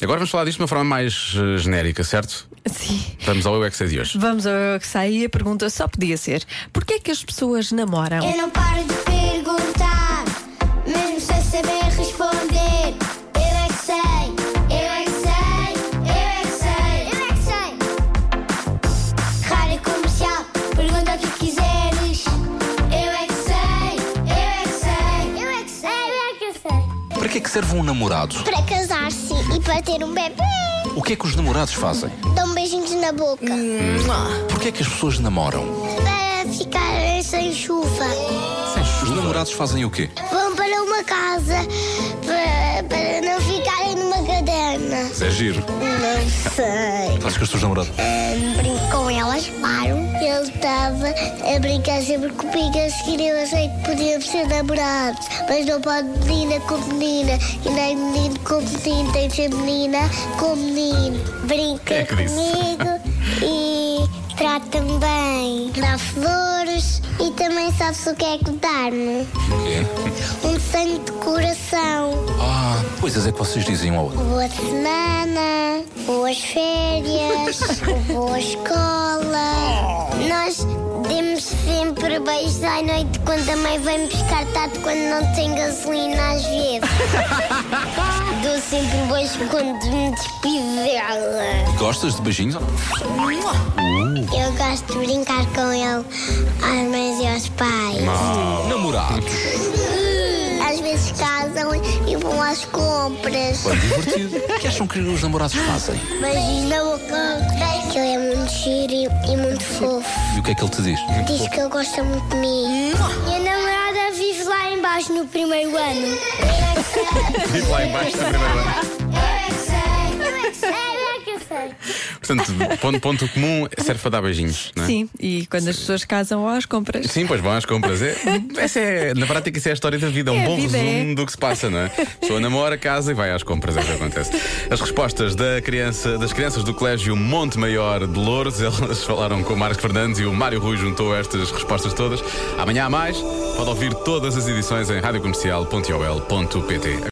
Agora vamos falar disto de uma forma mais eh, genérica, certo? Sim. Vamos ao UXA de hoje. Vamos ao Eu É que saí. A pergunta só podia ser: porquê é que as pessoas namoram? Eu não paro de perguntar, mesmo sem saber responder. Eu é que sei, eu é que sei, eu é que sei, eu é que sei. Rádio comercial, pergunta o que quiseres. Eu é que sei, eu é que sei, eu é que sei, eu é que sei. Para que é que serve um namorado? Para casar-se e para ter um bebê, O que é que os namorados fazem? dão beijinhos na boca. Porquê é que as pessoas namoram? Para ficarem sem chuva. Os namorados fazem o quê? Vão para uma casa, para, para não ficarem numa caderna. É Zé Giro. Não sei. Fazes com os teus namorados? Ahn, brinco com elas, claro. Ele estava a brincar sempre comigo a seguir. Eu achei que podíamos ser namorados, mas não pode menina com menina e nem menino com menino. Tem que ser menina com menino. Brinca é que disse? comigo e trata-me bem. Dá flores e também sabes o que é que dar-me. Um sangue de coração. Ah, coisas é que vocês dizem um ao outro. Boa semana, boas férias, boa escola. Nós demos sempre beijos à noite quando a mãe vem buscar tarde quando não tem gasolina às vezes. Dou sempre um beijo quando me despido dela. Gostas de beijinhos? Eu gosto de brincar com ele às mães e aos pais. Namorados. Às vezes casam e vão às compras. Bem divertido. O que acham que os namorados fazem? Beijinhos na boca. Que ele é muito giro e- e muito fofo. E o que é que ele te diz? Diz que ele gosta muito de mim. Minha namorada vive lá embaixo no primeiro ano. Vive lá embaixo da primeira hora. Portanto, ponto, ponto comum serve para dar beijinhos, não é? Sim, e quando as pessoas casam, vão às compras. Sim, pois vão às compras. É, essa é, na prática, isso é a história da vida, é um É, a bom vida resumo é. do que se passa, não é? A pessoa namora, casa e vai às compras, é o que acontece. As respostas da criança, das crianças do Colégio Monte Maior de Louros, elas falaram com o Marcos Fernandes e o Mário Rui juntou estas respostas todas. Amanhã há mais, pode ouvir todas as edições em radiocomercial.ol.pt.